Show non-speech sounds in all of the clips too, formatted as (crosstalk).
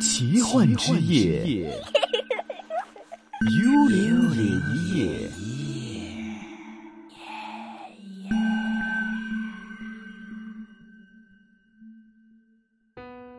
奇幻之夜，幽灵夜。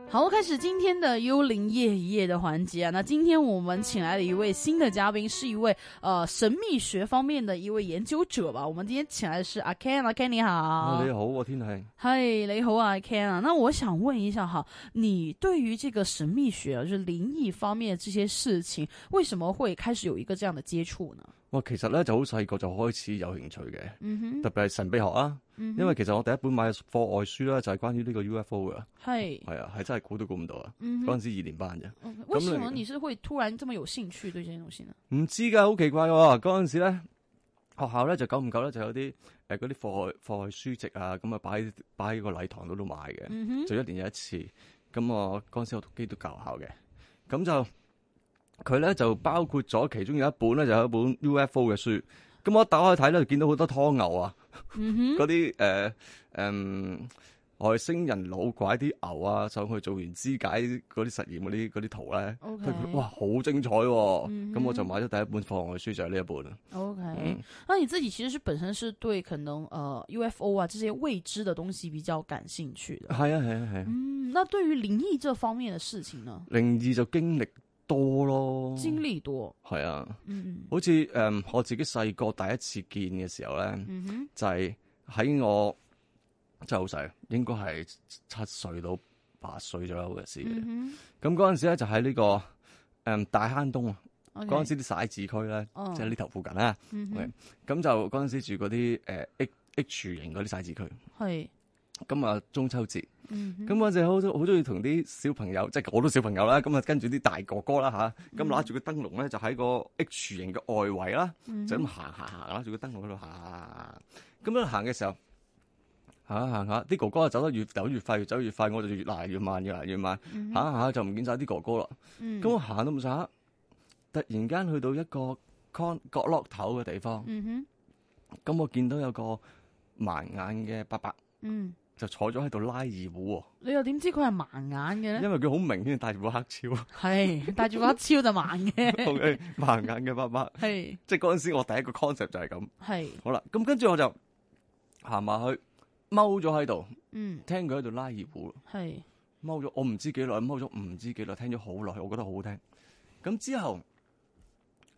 好，开始今天的幽灵夜一夜的环节啊。那今天我们请来了一位新的嘉宾，是一位呃神秘学方面的一位研究者吧。我们今天请来的是阿 Ken，阿 Ken 你好，你好啊，天氣嗨，你好啊，Ken 啊。那我想问一下哈，你对于这个神秘学、啊，就是灵异方面的这些事情，为什么会开始有一个这样的接触呢？我其實咧就好細個就開始有興趣嘅，嗯特哼，別係神秘學啊。嗯哼因為其實我第一本買嘅課外書咧就係、關於呢個 UFO 嘅，嗨，係啊，係真係估都估唔到啊！嗯嗰哼，陣時二年班嘅，嗯为什么你你是会突然这么有兴趣对这些东西呢？唔知㗎，好奇怪喎、嗰陣時咧學校咧就久唔久咧就有啲誒嗰啲課外課外書籍啊，咁啊擺擺喺個禮堂度都買嘅，嗯哼，就一年有一次。咁我嗰陣時我讀基督教校嘅，咁就佢咧就包括咗其中有一本咧就有一本 UFO 嘅書。咁我一打開睇咧，就見到好多湯牛啊！嗯哼， (laughs) 嗰啲誒誒外星人老拐啲牛啊，上去做完肢解嗰啲實驗嗰啲嗰啲圖咧， OK 佢哇好精彩喎、嗯咁、哼我就買咗第一本課外書就係呢一本。 ，OK，嗯，那你自己其实是本身是对可能呃 UFO 啊这些未知的东西比较感兴趣的。係啊係啊係啊，嗯，那對於靈異這方面的事情呢，靈異就經歷多咯，經歷多，係啊，嗯好似誒、嗯我自己細個第一次見嘅時候咧，嗯哼，就係、喺我真係好細，應該係七歲到八歲左右嘅事嘅。嗯咁嗰陣時咧就喺呢、個誒、嗯大坑東啊。哼，嗰陣時啲徙置區咧，哦即係呢頭附近啦。嗯喂哼，咁就嗰陣時住嗰啲誒 H H 型嗰啲徙置區。係，咁啊，中秋節，嗯哼咁嗰陣時好中好中意同啲小朋友，即係我都小朋友啦。咁啊，跟住啲大哥哥啦嗯吓，咁揦住個燈籠咧，就喺個 H 型嘅外圍啦，嗯就哼咁行行行，揦住個燈籠喺度行行行。咁樣行嘅時候，行下行下，啲哥哥就走得越走越快，越走越快，我就越嚟越慢，越嚟越慢，行下行下就唔見晒啲哥哥啦。嗯咁我行到咁上下，突然間去到一個 con 角落頭嘅地方，嗯哼，咁我見到有個盲眼嘅伯伯嗯，就坐咗喺度拉二胡喎，你又點知佢係盲眼嘅呢？因為佢好明顯戴住副黑超。 (laughs) 係，戴住把超就盲嘅， OK，盲眼嘅伯伯，係即係嗰陣時我第一個 concept 就係咁。係，好啦，咁跟住我就行埋去，踎咗喺度，嗯聽佢喺度拉二胡，係，踎咗我唔知幾耐，踎咗唔知幾耐，聽咗好耐，我覺得好好聽。咁之後，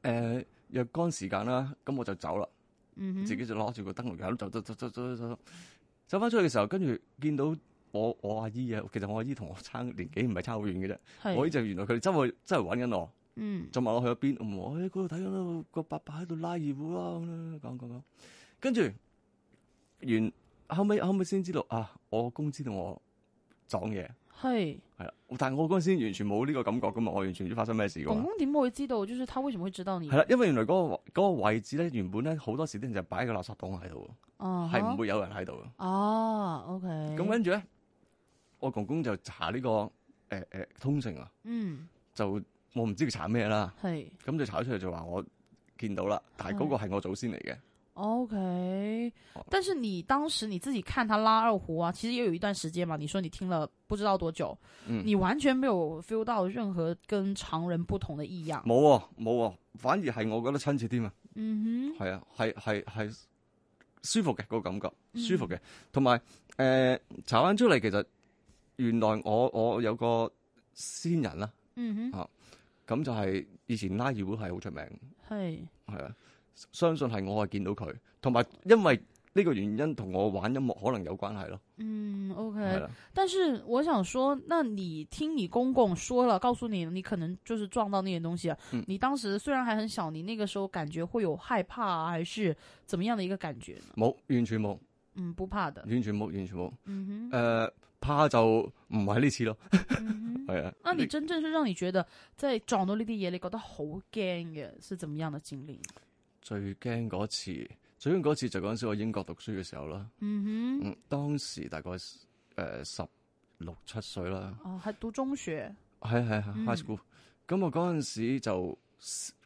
誒、若干時間啦，咁我就走啦。嗯哼，自己就攞住個燈籠喺度走走走走走走走，走翻出去嘅時候，跟住見到我我阿姨啊，其實我阿姨同我差年紀唔係差好遠嘅啫。我阿姨係，就原來佢哋周圍周圍揾緊我，嗯就問我去咗邊，嗯我喺嗰度睇緊個伯伯喺度拉二胡啦，咁樣講講講，跟住原後尾後尾先知道啊，我公知道我撞嘢。係，係啦，但係我嗰陣時完全冇呢個感覺噶嘛，我完全唔知發生咩事噶公嘛。公點會知道？就是他為什麼會知道你？係啦，，因為原來嗰、個嗰個位置咧，原本咧好多時啲人就擺個垃圾桶喺度哦喎，，係唔會有人喺度嘅。哦，OK，咁跟住咧，我公公就查呢、個誒誒、呃通勝啊，嗯就我唔知佢查咩啦，係。咁就查出嚟就話我見到啦，但係嗰個係我祖先嚟嘅， OK，但是你当时你自己看他拉二胡啊，其实也有一段时间嘛。你说你听了不知道多久，嗯，你完全没有 feel 到任何跟常人不同的异样。冇喎冇喎，反而係我覺得親切啲啊，嗯哼，係啊，係係係舒服嘅嗰、個感覺，嗯舒服嘅，同埋誒查翻出嚟其實原來我我有個先人啦，嗯哼，咁就係以前拉二胡係好出名。系，係啊，相信係我係見到佢，同埋因為呢個原因同我玩音樂可能有關係咯，嗯係，OK。啦，但是我想说，那你听你公公说了，告诉你你可能就是撞到那些东西啊。嗯你当时虽然还很小，你那个时候感觉会有害怕啊，还是怎么样的一个感觉呢？冇，完全冇，嗯，不怕的。完全冇，完全冇，嗯诶、怕就唔係呢次咯，哼，嗯哼。係啊，那你真正是让你觉得在撞到呢啲嘢，你觉得好惊嘅，是怎么样的经历？最驚嗰次，最驚嗰次就嗰阵时我英國讀書嘅時候啦，嗯哼，嗯，当时大概诶十六七歲啦，哦，还读中学，係係係嗯 high school，咁我嗰阵时就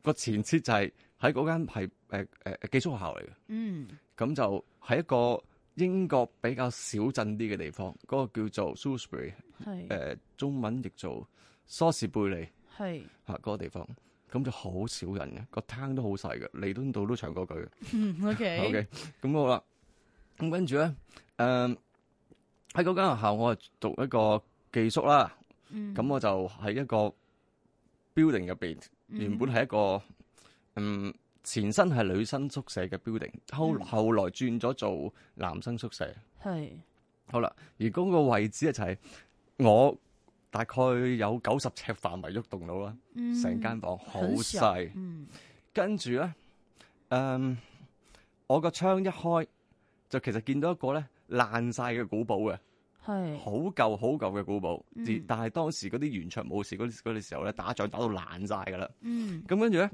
個前設就係喺嗰間係呃诶诶寄宿學校嚟嘅。嗯咁就喺一個英國比呃較小鎮啲嘅地方，嗰、個叫做 Salisbury，誒、系，中文譯做梳士貝利係嚇嗰個地方，咁就好少人嘅，個灘都好細嘅，彌敦道都長過佢嘅。嗯 O ，OK， K，咁好啦，咁跟住咧，誒喺嗰間學校，我係讀一個寄宿啦，嗯咁我就喺一個 building 入邊，嗯原本係一個嗯前身係女生宿舍嘅 building，後嗯後來轉咗做男生宿舍。係好啦，而嗰個位置咧就係我大概有九十尺範圍喐動到啦，嗯成間房好很小細。嗯跟住咧，誒、我個窗一開就其實見到一個咧爛晒嘅古堡嘅，係好舊好舊嘅古堡。而嗯但係當時嗰啲原場武士嗰啲嗰啲時候咧，打仗打到爛晒㗎啦。嗯咁跟住咧，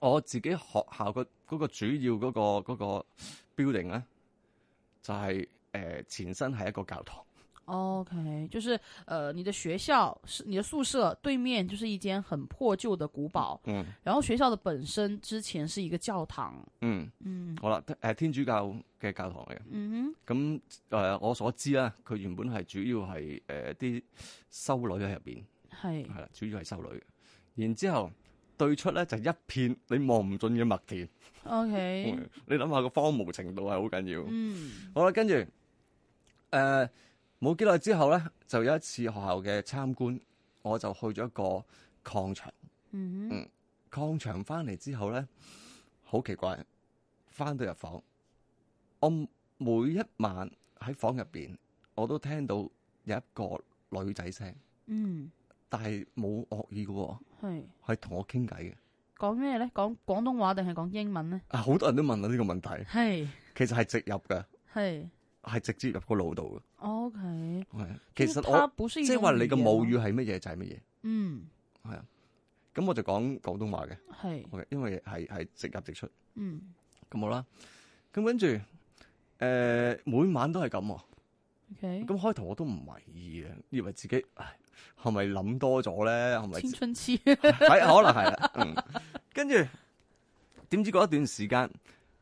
我自己學校個嗰個主要嗰、個嗰、個 building 咧，就係、呃前身係一個教堂， ，OK，就是呃，你的学校是你的宿舍对面就是一间很破旧的古堡，嗯然后学校的本身之前是一个教堂，嗯。嗯好啦，誒天主教嘅教堂嚟嘅，嗯咁誒、呃我所知啦，佢原本係主要係誒啲修女喺入邊，哼，係係啦，主要係修女。然之後對出咧就一片你望唔盡嘅麥田， ，OK，你諗下個荒蕪程度係好緊要。嗯好啦，跟住誒冇幾耐之後咧，就有一次學校嘅參觀，我就去咗一個礦場。嗯哼嗯礦場翻嚟之後咧，好奇怪，翻到入房，我每一晚喺房入邊，我都聽到有一個女仔聲，嗯但係冇惡意嘅喎，係係同我傾偈嘅。講咩咧？講廣東話定係講英文咧？啊，好多人都問我呢個問題，係其實係直入嘅，係係直接入個腦度嘅 OK，。係啊其就是實它我不是一即係種話你嘅語言母啊語係乜嘢就係乜嘢，嗯係啊。咁我就講廣東話嘅係，OK，因為係係直入直出。嗯咁好啦，咁跟住誒每晚都係咁喎。 OK，咁開頭我都唔為意嘅，以為自己唉係咪諗多咗咧？係咪青春期 (laughs) 係可能係啦？嗯，跟住點知嗰一段時間，誒、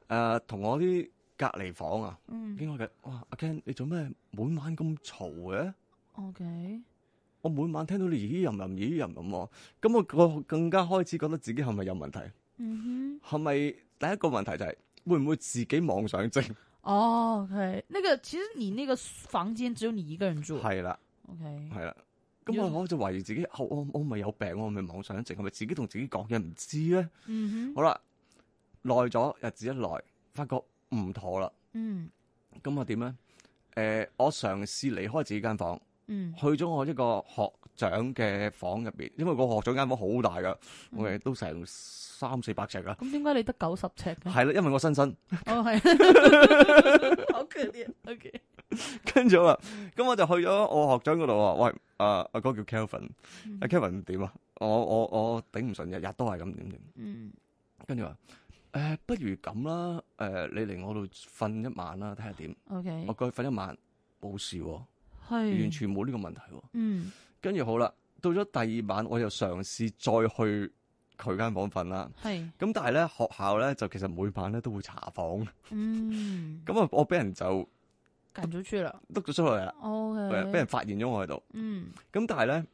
呃同我啲隔離房啊，嗯傾開偈，哇！阿 Ken，你做咩每晚咁嘈嘅？ OK 我每晚聽到你咦吟吟咦吟吟喎，咁我個更加開始覺得自己係咪有問題？嗯哼。係咪第一個問題就係、會唔會自己妄想症？哦，OK，那个其实你那个房间只有你一个人住係啦。 ，OK，系啦。咁我我就懷疑自己，哦我我咪有病，我咪妄想症，係咪自己同自己講嘢唔知咧？嗯哼，好啦，耐咗日子一耐，發覺唔妥啦。嗯咁我點咧？诶、我嘗試離開自己間房，嗯去咗我一個學長嘅房入边，因為個學長間房好大噶，我哋都成三四百尺噶。咁點解你得九十尺嘅？係啦，因為我新身，哦係， (laughs) 好可憐。OK， (laughs) 跟住啦，咁我就去咗我學長嗰度啊。喂，啊阿哥叫 Kelvin，阿嗯 Kelvin 點啊？我我我頂唔順，日日都係咁點點。嗯跟住話誒，不如咁啦，誒、你嚟我度瞓一晚啦，睇下點。 ，OK，我過去瞓一晚冇事喎、係完，全冇呢個問題喎、嗯跟住好啦，到咗第二晚，我又嘗試再去佢間房瞓啦。係，咁但係咧，學校咧就其實每晚咧都會查房，嗯，咁啊，我俾人就趕出去啦督咗出去啦， ，OK，誒俾人發現咗我喺度。嗯咁但係咧，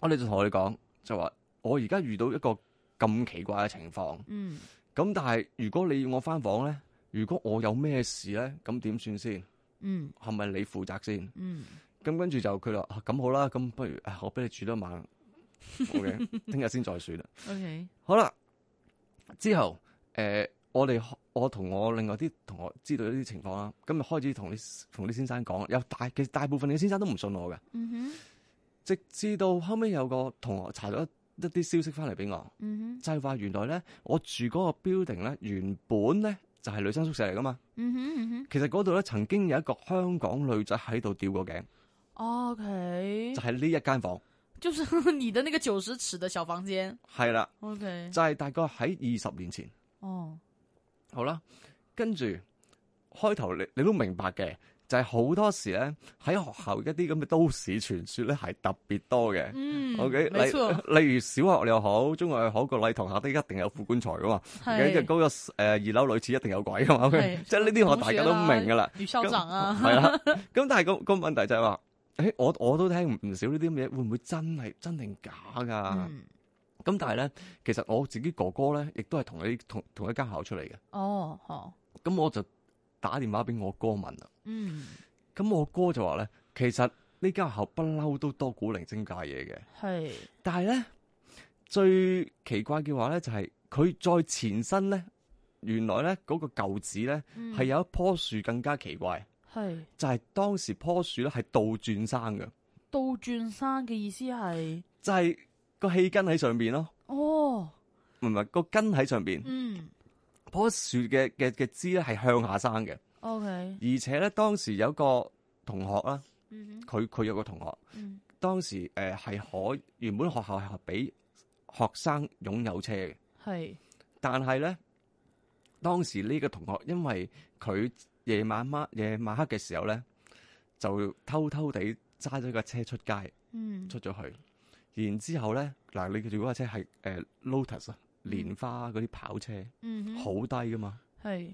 我哋就同佢講就話，我而家遇到一個咁奇怪嘅情況。嗯咁但係如果你要我翻房咧，如果我有咩事咧，咁點算先？嗯係咪你負責先？嗯咁跟住就佢就啊咁、好啦，咁不如啊我俾你住多一晚，OK，聽日先再算啦。 ，OK，好啦，之後誒、呃我哋我同我另外啲同學知道呢啲情況啦，咁就開始同啲同啲先生講，有大其實大部分嘅先生都唔信我嘅，嗯哼，直至到後尾有個同學查咗一啲消息翻嚟俾我，嗯哼，就係話原來咧，我住嗰個 building 咧，原本咧就係女生宿舍嚟噶嘛。嗯哼，嗯其實嗰度咧曾經有一個香港女仔喺度吊過頸，哼，OK，就係呢一間房。就是 (laughs) 你的那個九十尺的小房間係啦， ，OK，就係、大概喺二十年前。哦，好啦，跟住開頭你你都明白嘅，就係、好多時咧喺學校一啲咁嘅都市傳說咧係特別多嘅。嗯 O K，沒錯，例例如小學又好，中學又好，個禮堂下低一定有副棺材噶嘛，跟係住嗰個誒二樓女廁一定有鬼噶嘛，OK，(laughs) 係即係呢啲我大家都明噶啦。女校長啊，系啦，咁但系個个问题就係話，誒誒我我都聽唔少呢啲咁嘢，會唔會真係真定假㗎？嗯，咁但係咧，其實我自己哥哥咧，亦都係同一同同一間校出嚟嘅。哦，好，咁我就打電話俾我哥問啦。嗯，咁我哥就話咧，其實呢間學校不嬲都多古靈精怪嘢嘅，係，但係咧最奇怪嘅話咧，就係、佢再前身咧，原來咧嗰、個舊址咧嗯係，有一棵樹更加奇怪，係就係、當時棵樹咧係倒轉生嘅，倒轉山嘅意思係，就係、個氣根喺上邊咯，哦，唔係個根喺上邊，嗯棵樹嘅嘅嘅枝咧係向下生嘅， ，OK，而且咧當時有個同學啦，嗯佢佢有個同學。哼，嗯，當時誒係、可呃原本學校係俾學生擁有車嘅，係，但係咧當時呢個同學因為佢夜晚晚夜晚黑嘅時候咧，就偷偷地揸咗架車出街嗯，出咗去，然之後咧嗱你如果架車係誒、呃 Lotus 啊蓮花嗰啲跑車，嗯哼，好低噶嘛，係，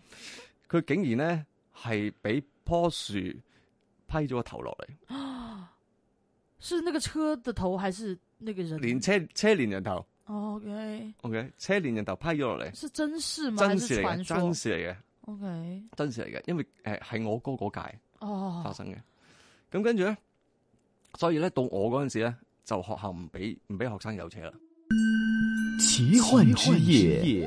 佢竟然咧係俾棵樹批咗個頭落嚟，是那個車的頭還是那個人？連車車連人頭，OK， ，OK 車連人頭批咗落嚟。是真事嗎？真還事是嚟嘅，傳真說事嚟嘅， ？OK，真事嚟嘅，因為誒係、我哥嗰屆發哦，生嘅。咁跟住咧，所以咧到我嗰陣時咧，就學校唔俾唔俾學生有車啦。奇幻之夜，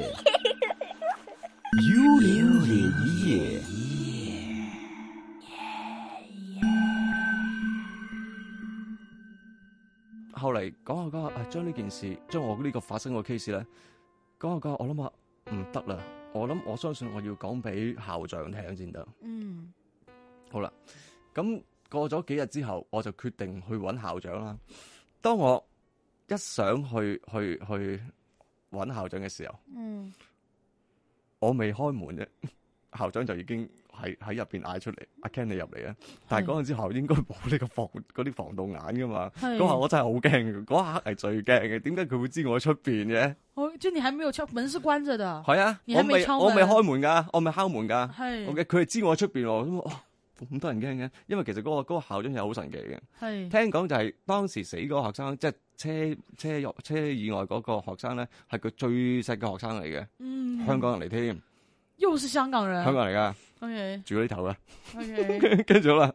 幽灵夜。後嚟講下講下，啊將呢件事，將我呢個發生個 case 咧，講下講下，我諗下唔得啦。我諗我相信我要講俾校長聽先得。嗯，好啦，咁過咗幾日之後，我就決定去揾校長啦。當我一想去去去揾校長嘅時候，嗯，我未開門啫， (laughs) 校長就已經喺喺入邊嗌出嚟，阿 Ken 你入嚟啊！但係嗰陣時校應該冇呢個防嗰啲防盜眼噶嘛，係嗰下我真係好驚嘅，嗰下係最驚嘅。點解佢會知我喺出邊嘅？哦，就你還沒有敲，門是關着的，係啊，你我還未嗯未敲我未門開門㗎，我未敲門㗎。係我嘅佢係知我喺出邊喎，咁哇咁多人驚嘅，因為其實嗰、個嗰、個校長又好神奇嘅。係聽講就係當時死嗰個學生，即係車車入車意外嗰個學生咧，係佢最細嘅學生嚟嘅，嗯，啊香港人嚟添，又是香港人，香港嚟㗎， ，OK 住呢頭㗎。 OK， (laughs) 跟住好啦，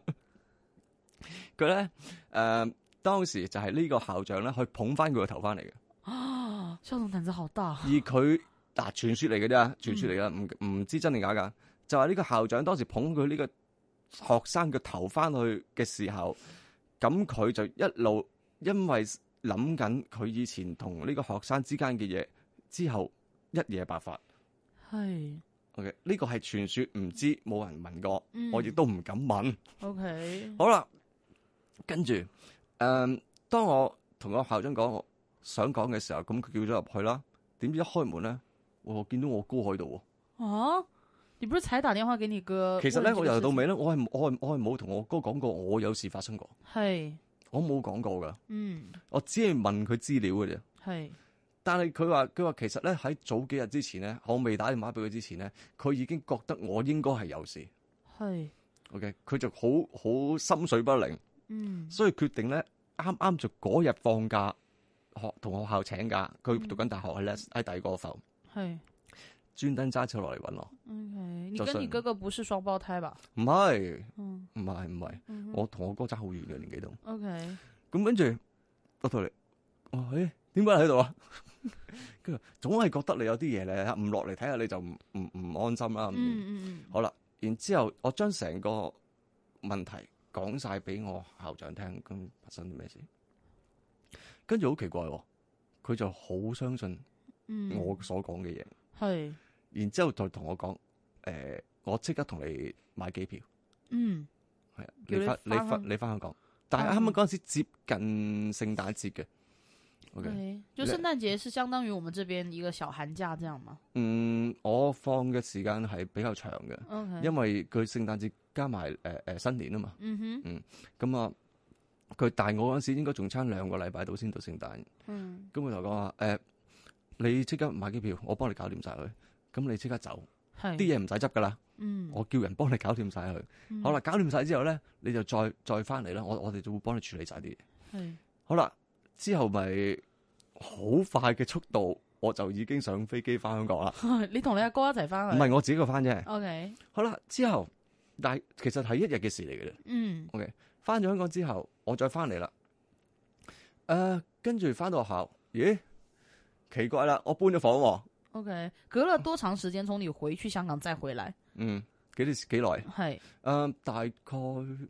佢咧誒當時就係呢個校長咧去捧翻佢個頭翻嚟嘅，啊，校長膽子好大，而佢嗱、傳說嚟嘅啫，傳說嚟嘅，唔唔知真定假㗎。就係呢個校長當時捧佢呢個學生嘅頭翻去嘅時候，咁佢就一路因為諗緊佢以前同呢個學生之間嘅嘢，之後一夜白發。係 OK，呢個係傳說，唔知冇人問過，嗯我亦都唔敢問。 ，OK，好啦，跟住誒、嗯，當我同個校長講我想講嘅時候，咁佢叫咗入去啦。點知一開門咧，我見到我哥喺度啊，你不是才打電話給你哥喎。問其這實個事情？咧，我由頭到尾咧，我係我係我係冇同我哥講過我有事發生過，係，我冇講過噶，嗯，我只係問佢資料嘅啫。係，但係佢話佢話其實咧喺早幾日之前咧，我未打電話俾佢之前咧，佢已經覺得我應該係有事。係， OK，佢就好好心水不寧，嗯，所以決定咧，啱啱就嗰日放假，學同學校請假，嗯佢讀緊大學喺 Les 喺第二個埠，係專登揸車落嚟揾我。 ，OK，你就跟你信哥哥不是雙胞胎吧？唔係嗯唔係唔係，嗯哼我同我哥爭好遠嘅年紀度。 ，OK，咁跟住落到嚟，我話誒點解你喺度 (laughs) 啊？跟住總係覺得你有啲嘢咧，唔落嚟睇下你就唔唔唔安心啦。咁樣嗯嗯嗯，好啦，然之後我將成個問題講晒俾我校長聽，咁發生啲咩事？跟住好奇怪喎、佢就好相信嗯，我所講嘅嘢，係，然之後就同我講：誒、我即刻同你買機票，嗯，係啊，叫你你翻你返翻你翻香港。但係啱啱嗰陣時接近聖誕節嘅，OK， OK，就聖誕節是相當於我們這邊一個小寒假這樣嘛嗯，我放嘅時間係比較長嘅， ？OK，因為佢聖誕節加埋誒誒新年啊嘛。嗯哼，咁啊，佢大我嗰陣時應該仲差兩個禮拜到先到聖誕，嗯，咁佢就講話誒，你即刻買機票，我幫你搞掂晒佢，咁你即刻走，係啲嘢唔使執噶啦，嗯，我叫人幫你搞掂晒佢。嗯哦好啦，，搞掂晒之後咧，你就再再翻嚟啦，我我哋就會幫你處理晒啲嘢。係好啦，之後咪好快嘅速度，我就已經上飛機翻香港啦。你同你阿哥一齊翻唔去，係我自己個翻啫。 o k 好啦，之後但係其實係一日嘅事嚟嘅啫。嗯，翻咗香港之後，我再翻嚟啦。誒、跟住翻到學校，咦？奇怪啦，我搬咗房喎。 OK，隔了多长时间从你回去香港再回来？嗯，幾時幾耐？誒、系大概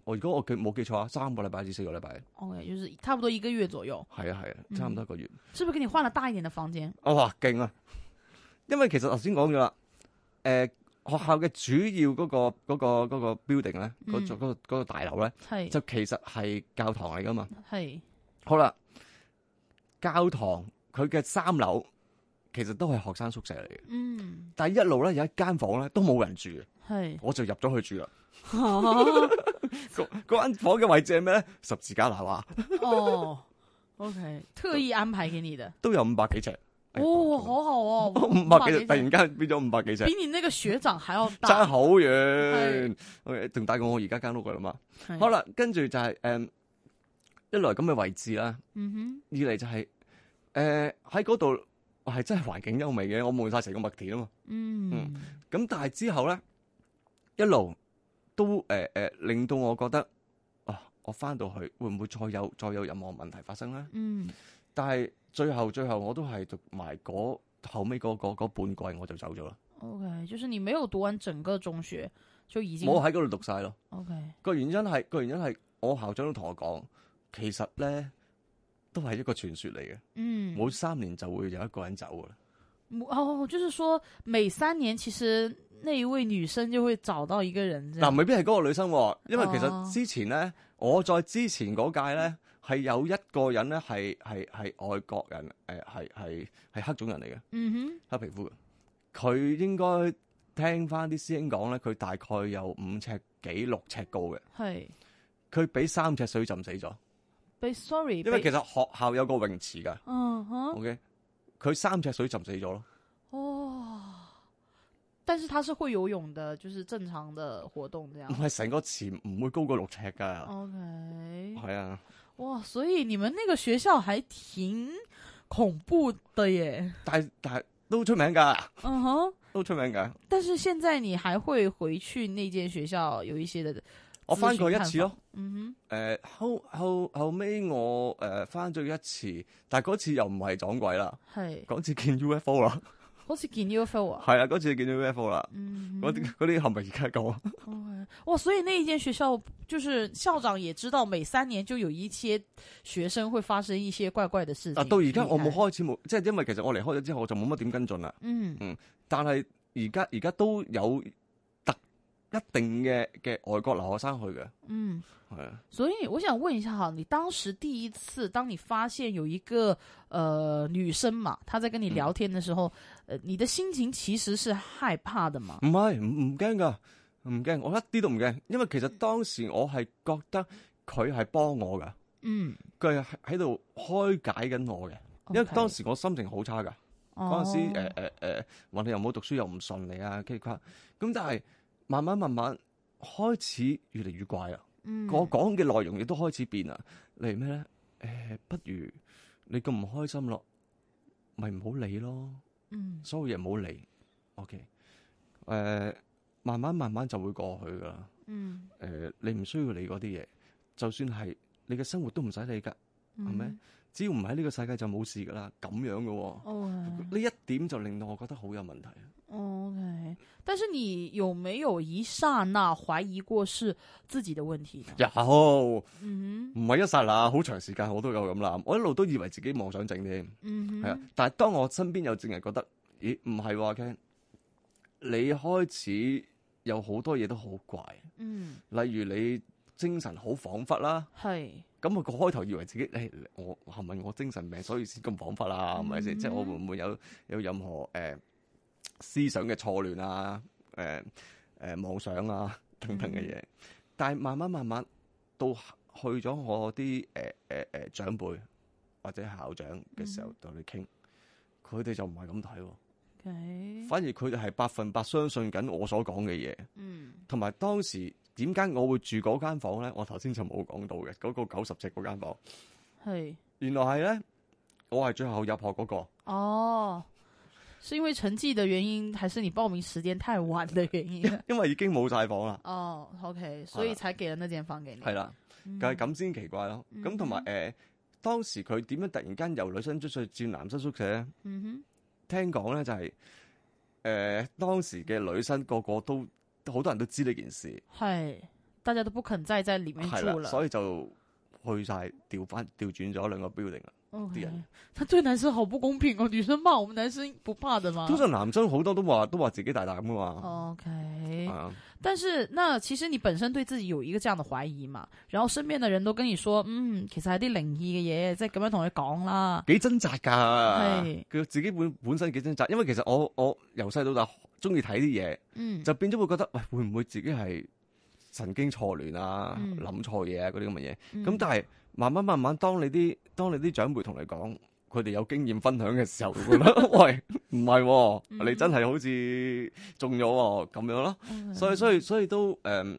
我如果我記冇記錯啊，三個禮拜至四個禮拜， OK，就是差不多一个月左右，係啊係啊，差唔多一個月。是不是给你换了大一点的房间？我哇，勁啊！因為其實頭先講咗啦，誒、學校嘅主要嗰、個嗰、個嗰、個 building 咧，嗯嗰座嗰個嗰個大樓咧，系就其實係教堂嚟噶嘛。系好啦，教堂佢嘅三樓其實都係學生宿舍嚟嘅，嗯但係一路咧有一間房咧都冇人住嘅，系我就入咗去住啦。哦嗰 (laughs) 嗰間房嘅位置係咩咧？十字架拿畫 (laughs) 哦，OK，特意安排给你的，都有五百幾尺。哎呀哦，好好哦，五百幾尺，突然間變咗五百幾尺，比你那个学长还要 (laughs) 差大，好遠。OK，仲大過我而家間屋噶啦嘛。係好，啦，跟住就係、誒一來咁嘅位置啦，嗯二嚟就係誒喺嗰度係真係環境優美嘅，我望晒成個麥田啊嘛。哼，嗯咁但係之後咧，一路都誒誒、呃呃令到我覺得啊，我翻到去會唔會再有再有任何問題發生咧？嗯，但係最後最後我都係讀埋嗰後尾嗰嗰嗰半季我就走咗啦， OK，就是你没有读完整个中学就已经我喺嗰度讀晒咯。 OK，個原因係個原因係我校長都同我講，其實咧都係一個傳說嚟嘅，嗯，每三年就會有一個人走噶啦。哦，就是说每三年其实那一位女生就会找到一个人这嗱、样，未必係嗰個女生喎，因為其哦實之前咧，我在之前嗰屆咧係有一個人咧係係係外國人，誒係係係黑種人嚟嘅，嗯黑皮膚嘅。佢應該聽翻啲師兄講咧，佢大概有五尺幾六尺高嘅，哼，系佢俾三尺水浸死咗。被 sorry，因為其被實學校有個泳池㗎嗯哼， ，OK，佢三尺水浸死咗咯。哦，但是他是会游泳的，就是正常的活动这样唔。係成個池唔會高過六尺哦㗎， OK，係啊，哇，所以你们那个学校还挺恐怖的 (laughs) 耶。但係但係都出名㗎，嗯哼，都出名㗎。但是现在你还会回去那间学校有一些的，我翻過一次咯。嗯誒、後後後尾我誒翻咗一次，但係嗰次又唔係撞鬼啦，哼，系，嗰次見 UFO 啦，好似见 UFO 啊。係啊，嗰次見 UFO 啦，嗯嗰哼，啲嗰啲係咪而家講？ OK，哇，所以那一间学校就是校长也知道，每三年就有一些学生会发生一些怪怪的事情。啊，到而家我冇厉害，開始冇，即係因為其實我離開咗之後我就冇乜點跟進啦，嗯，但係而家而家都有特一定嘅嘅外國留學生去嘅，嗯，係啊，所以我想问一下哈，你当时第一次，当你发现有一个呃女生嘛，她在跟你聊天的时候，呃，你的心情其实是害怕的嘛？唔係唔唔驚㗎，唔驚，我一啲都唔驚，因為其實當時我係覺得佢係幫我㗎，嗯，佢係喺度開解緊我嘅，因為 OK 當時我心情好差㗎。嗰陣時呃誒哦誒誒話你又冇讀書又唔順利啊，跟住佢話咁，但係慢慢慢慢開始越嚟越怪啦。嗯我講嘅內容亦都開始變啦。例如咩咧？誒、不如你咁唔開心咯，咪唔好理咯，嗯所有嘢唔好理。OK，誒、慢呃慢慢慢就會過去噶啦。嗯誒、你唔需要理嗰啲嘢，就算係你嘅生活都唔使理噶，嗯咩只要唔喺呢個世界就冇事噶啦。咁樣嘅喎、哦？OK 哦呢一點就令到我覺得好有問題。 OK，但是你有没有一刹那怀疑过是自己的问题呢？有，唔嗯哼係一剎那，好長時間我都有咁諗，我一路都以為自己妄想症添，嗯係啊、哼，但係當我身邊有證人覺得，咦，唔係喎，Ken，你開始有好多嘢都好怪，嗯例如你精神好恍惚啦，系咁我個開頭以為自己，誒、哎我係咪我精神病，所以先咁恍惚啊？係咪先？嗯即係我會唔會有有任何誒、呃思想嘅錯亂啊？誒、呃、誒、妄想啊等等嘅嘢。但係慢慢慢慢到去咗我啲呃誒誒誒長輩或者校長嘅時候，同你傾，佢哋就唔係咁睇喎。 o ，OK，反而佢哋係百分百相信緊我所講嘅嘢，嗯，同埋當時點解我會住嗰間房咧？我頭先就冇講到嘅，嗰、個九十尺嗰間房，系，原來係咧，我係最後入學嗰、個，哦，是因為成績的原因，還是你報名時間太晚的原因？因為已經冇晒房啦， (laughs) 哦，OK，所以才給了那間房給你。係啦，嗯，就係咁先奇怪咯。咁同埋誒，當時佢點樣突然間由女生宿舍轉男生宿舍咧？嗯聽講咧就係、诶誒、當時嘅女生個個都好多人都知呢件事，哼，係，大家都不肯再在裡面係住啦，了。所以就去晒調翻調轉咗兩個 building 啦。啲 OK，人他對男生好不公平哦，女生怕我們男生不怕的嗎通常男生好多都話都話自己大膽噶哦嘛， ？OK，啊但是那其實你本身對自己有一個這樣的懷疑嘛，然後身邊的人都跟你說，嗯，其實係啲靈異嘅嘢，即係咁樣同你講啦。幾掙扎㗎係，佢自己本本身幾掙扎，因為其實我我由細到大中意睇啲嘢，嗯，就變咗會覺得喂會唔會自己係神經錯亂啊，嗯諗錯嘢啊嗰啲咁嘅嘢，咁、嗯但係慢慢慢慢，當你啲當你啲長輩同你講。佢哋有經驗分享嘅時候，會覺 (laughs) 得喂唔係喎，嗯你真係好似中咗喎咁樣咯。嗯所以所以所以都誒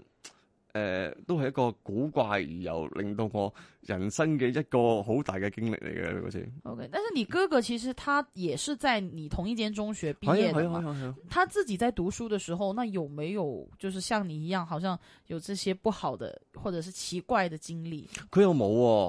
誒、都係一個古怪而又令到我人生嘅一個好大嘅經歷嚟嘅嗰次。 OK，但是你哥哥其實他也是在你同一間中學係畢業啊的係啊嘛，係啊係啊！他自己在讀書的時候，那有沒有就是像你一樣，好像有這些不好的或者是奇怪的經歷？佢又冇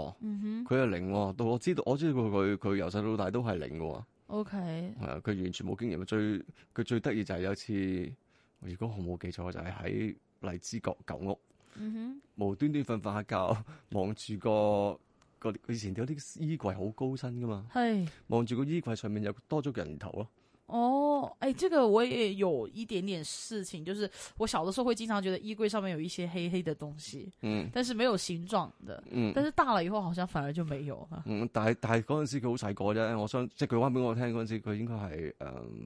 喎，嗯哼佢又零喎。到我知道我知道佢佢由細到大都係零嘅喎。 ，OK，係啊，佢完全冇經驗。最佢最得意就係有一次，如果我冇記錯，就係喺荔枝角舊屋嗯無端端瞓瞓下覺， (laughs) 望住個。個佢以前有啲衣櫃好高身噶嘛，哼，係。望住個衣櫃上面有多咗個人頭咯，哦，哎，这个我也有一點點事情，就是我小的時候會經常覺得衣櫃上面有一些黑黑的東西，嗯但是沒有形狀的，嗯。但是大了以後好像反而就沒有了。嗯，但係但係嗰陣時佢好細個啫，我相即係佢話俾我聽嗰陣時，佢應該係誒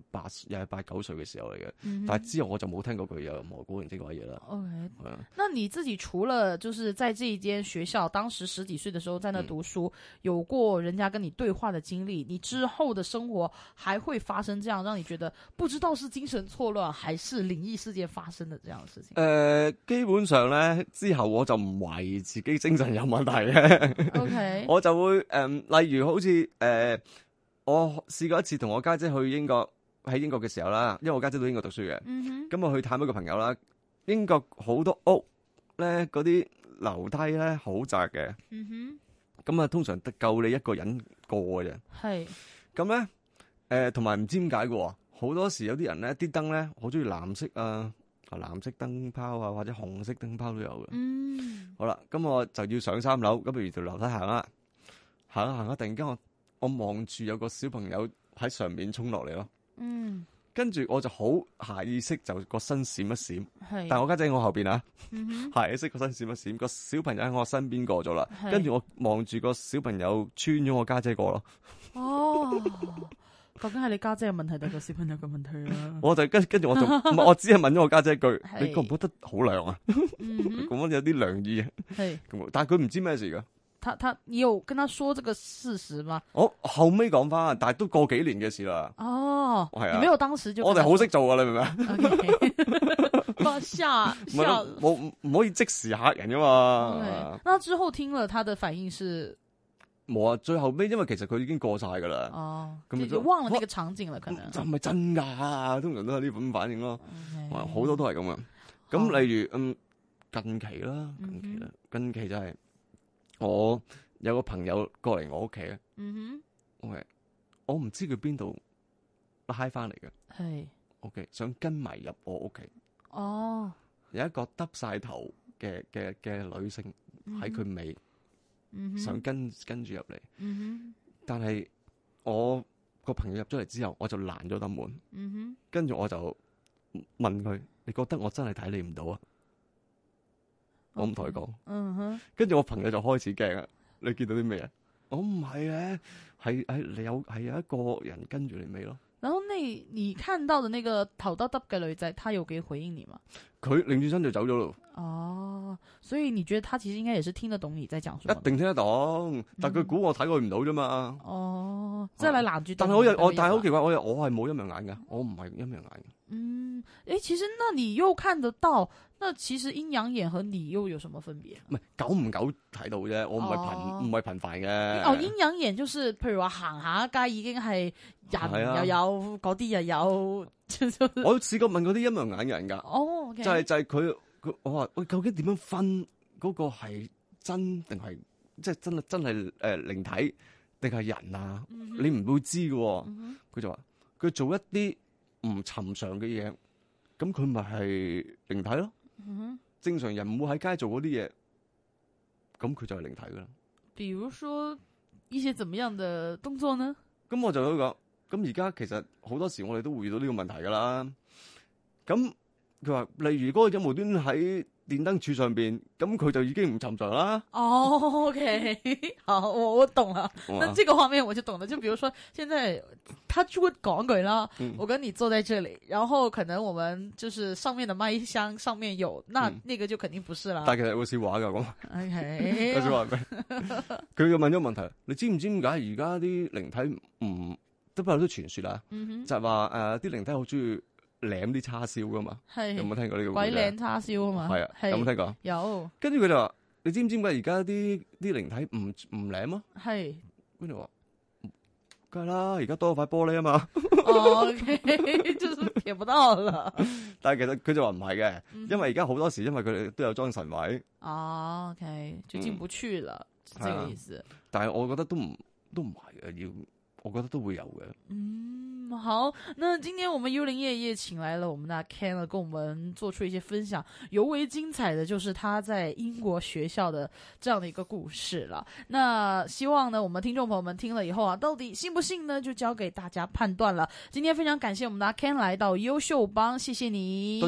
八又係八九歲嘅時候嚟嘅。嗯但係之後我就冇聽過佢有任何古靈精怪嘢啦。 OK，係啊那你自己除了就是在這一間學校，當時十幾歲的時候在那嗯讀書，有過人家跟你對話的經歷，你之後的生活還會發生這樣讓你覺得不知道是精神錯亂還是靈異事件發生的這樣的 (laughs) 事情誒、呃基本上咧之後我就唔懷疑自己精神有問題嘅， ？OK，我就會誒、嗯例如好似誒、我試過一次同我家姐去英國喺英國嘅時候啦，因為我家姐都喺英國讀書嘅，嗯咁我去探一個朋友啦。英國好多屋咧，嗰啲樓梯咧好窄嘅。哼，嗯咁啊，通常得夠你一個人過嘅啫。哼，係，咁咧，誒、同埋唔知點解嘅喎，好多時有啲人咧，啲燈咧，好中意藍色啊，啊藍色燈泡啊，或者紅色燈泡都有嘅。嗯，好啦，咁我就要上三樓，咁譬如條樓梯行啦，行下行下，突然間我我望住有個小朋友喺上面衝落嚟咯，嗯，跟住我就好下意識就個身閃一閃，係，但我家姐喺我後邊啊。嗯哼，係，識個身閃一閃，個小朋友喺我身邊過咗啦，係跟住我望住個小朋友穿咗我家姐過 (laughs) 咯，哦，究竟係你家姐嘅問題定係個小朋友嘅問題啊？我就跟跟住我就唔係，我只係問咗我家姐一句： (laughs) 係你覺唔覺得好涼 (laughs) 啊？咁嗯樣有啲涼意啊，哼，係，咁但係佢唔知咩事噶。他他，你有跟他說這個事實嗎？我後尾講翻，但係都過幾年嘅事啦。哦，係啊你沒有當時就我哋好識做啊，你明唔明啊？ (laughs) 哇吓唔啊係吓。冇唔唔可以即時嚇人噶嘛 OK，。那之後聽了他的反應是冇啊，最後尾因為其實佢已經過晒噶啦，哦，咁就啊就忘了那個場景了，可能。就唔係真㗎，通常都係呢種反應咯。哇嗯 OK 好多都係咁啊。好咁例如嗯近期啦，哦近嗯哼期啦，近期就係我有個朋友過嚟我屋企咧，嗯我我唔知佢邊度拉翻嚟嘅哼，係，OK，想跟埋入我屋企，哦，有一個耷晒頭嘅嘅嘅女性喺佢尾，嗯嗯哼想跟跟住入嚟，嗯但係我個朋友入咗嚟之後，我就攔咗道門，哼嗯跟住我就問佢：你覺得我真係睇你唔到啊？我唔同佢講。哼嗯哼跟住我朋友就開始驚啦。你見到啲咩啊？我唔係咧，係係你有係有一個人跟住你尾咯。然後那你看到的那個頭耷耷嘅女仔，她有給回應你嗎？佢擰轉身就走咗咯，哦，所以你覺得她其實應該也是聽得懂你在講什麼一的？定聽得懂，但佢估我睇佢唔到啫嘛。哦哦，即係你攔住對啊但面嘅人。係我又我但係好奇怪，我又我係冇陰陽眼嘅，我唔係陰陽眼嘅。嗯，哎，其實那你又看得到，那其實陰陽眼和你又有什麼分別？唔係久唔久睇到啫，我唔係哦頻唔係頻繁嘅。哦，陰陽眼就是譬如話行下街已經係係人啊又有嗰啲又有，我試過問嗰啲陰陽眼嘅人㗎，哦，OK，就係就係佢佢我話喂，究竟點樣分嗰個係真定係即係真係真係誒靈體定係人啊？你唔會知嘅喎。嗯佢就話佢做一啲唔尋常嘅嘢，咁佢咪係靈體咯。哼嗯哼，正常人唔會喺街做嗰啲嘢，咁佢就係靈體㗎啦。比如說一些怎麼樣的動作呢？咁我就喺度講，咁而家其實好多時我哋都會遇到呢個問題㗎啦。咁佢話，例如嗰個人無端端喺電燈柱上邊，咁佢就已經唔尋常啦。哦，OK，好，我我懂了。我那話这个画面我就懂了，就比如说现在他就会讲鬼了，嗯我跟你坐在这里，然后可能我们就是上面的麦香上面有，那、嗯那个就肯定不是啦。哎但係其實有個笑話㗎，咁 OK，有笑話 (laughs) 咩？佢就問咗個問題，你知唔知點解而家啲靈體唔都不有啲傳說啊？嗯就係話誒呃啲靈體好中意舐啲叉燒㗎嘛？哼，有冇系聽過呢個故嗯鬼事啊？靚叉燒啊嘛，係啊，有冇聽過？有跟住佢就話：你知唔知點解而家啲啲靈體唔唔舐啊？系跟住我話嗯梗係啦，而家多咗塊玻璃啊嘛。 (laughs) OK，就是 (laughs) 舔不到了。但係其實佢就話唔係嘅，嗯因為而家好多時因為佢哋都有裝神位，哦，OK，就进不去了，是这係啊个意思。但係我覺得都唔都唔係嘅，要我覺得都會有嘅。嗯，好，那今天我们幽灵夜夜请来了我们的阿 Ken 呢，跟我们做出一些分享，尤为精彩的就是他在英国学校的这样的一个故事了。那希望呢，我们听众朋友们听了以后啊，到底信不信呢，就交给大家判断了。今天非常感谢我们的阿 Ken 来到优秀帮，谢谢你，多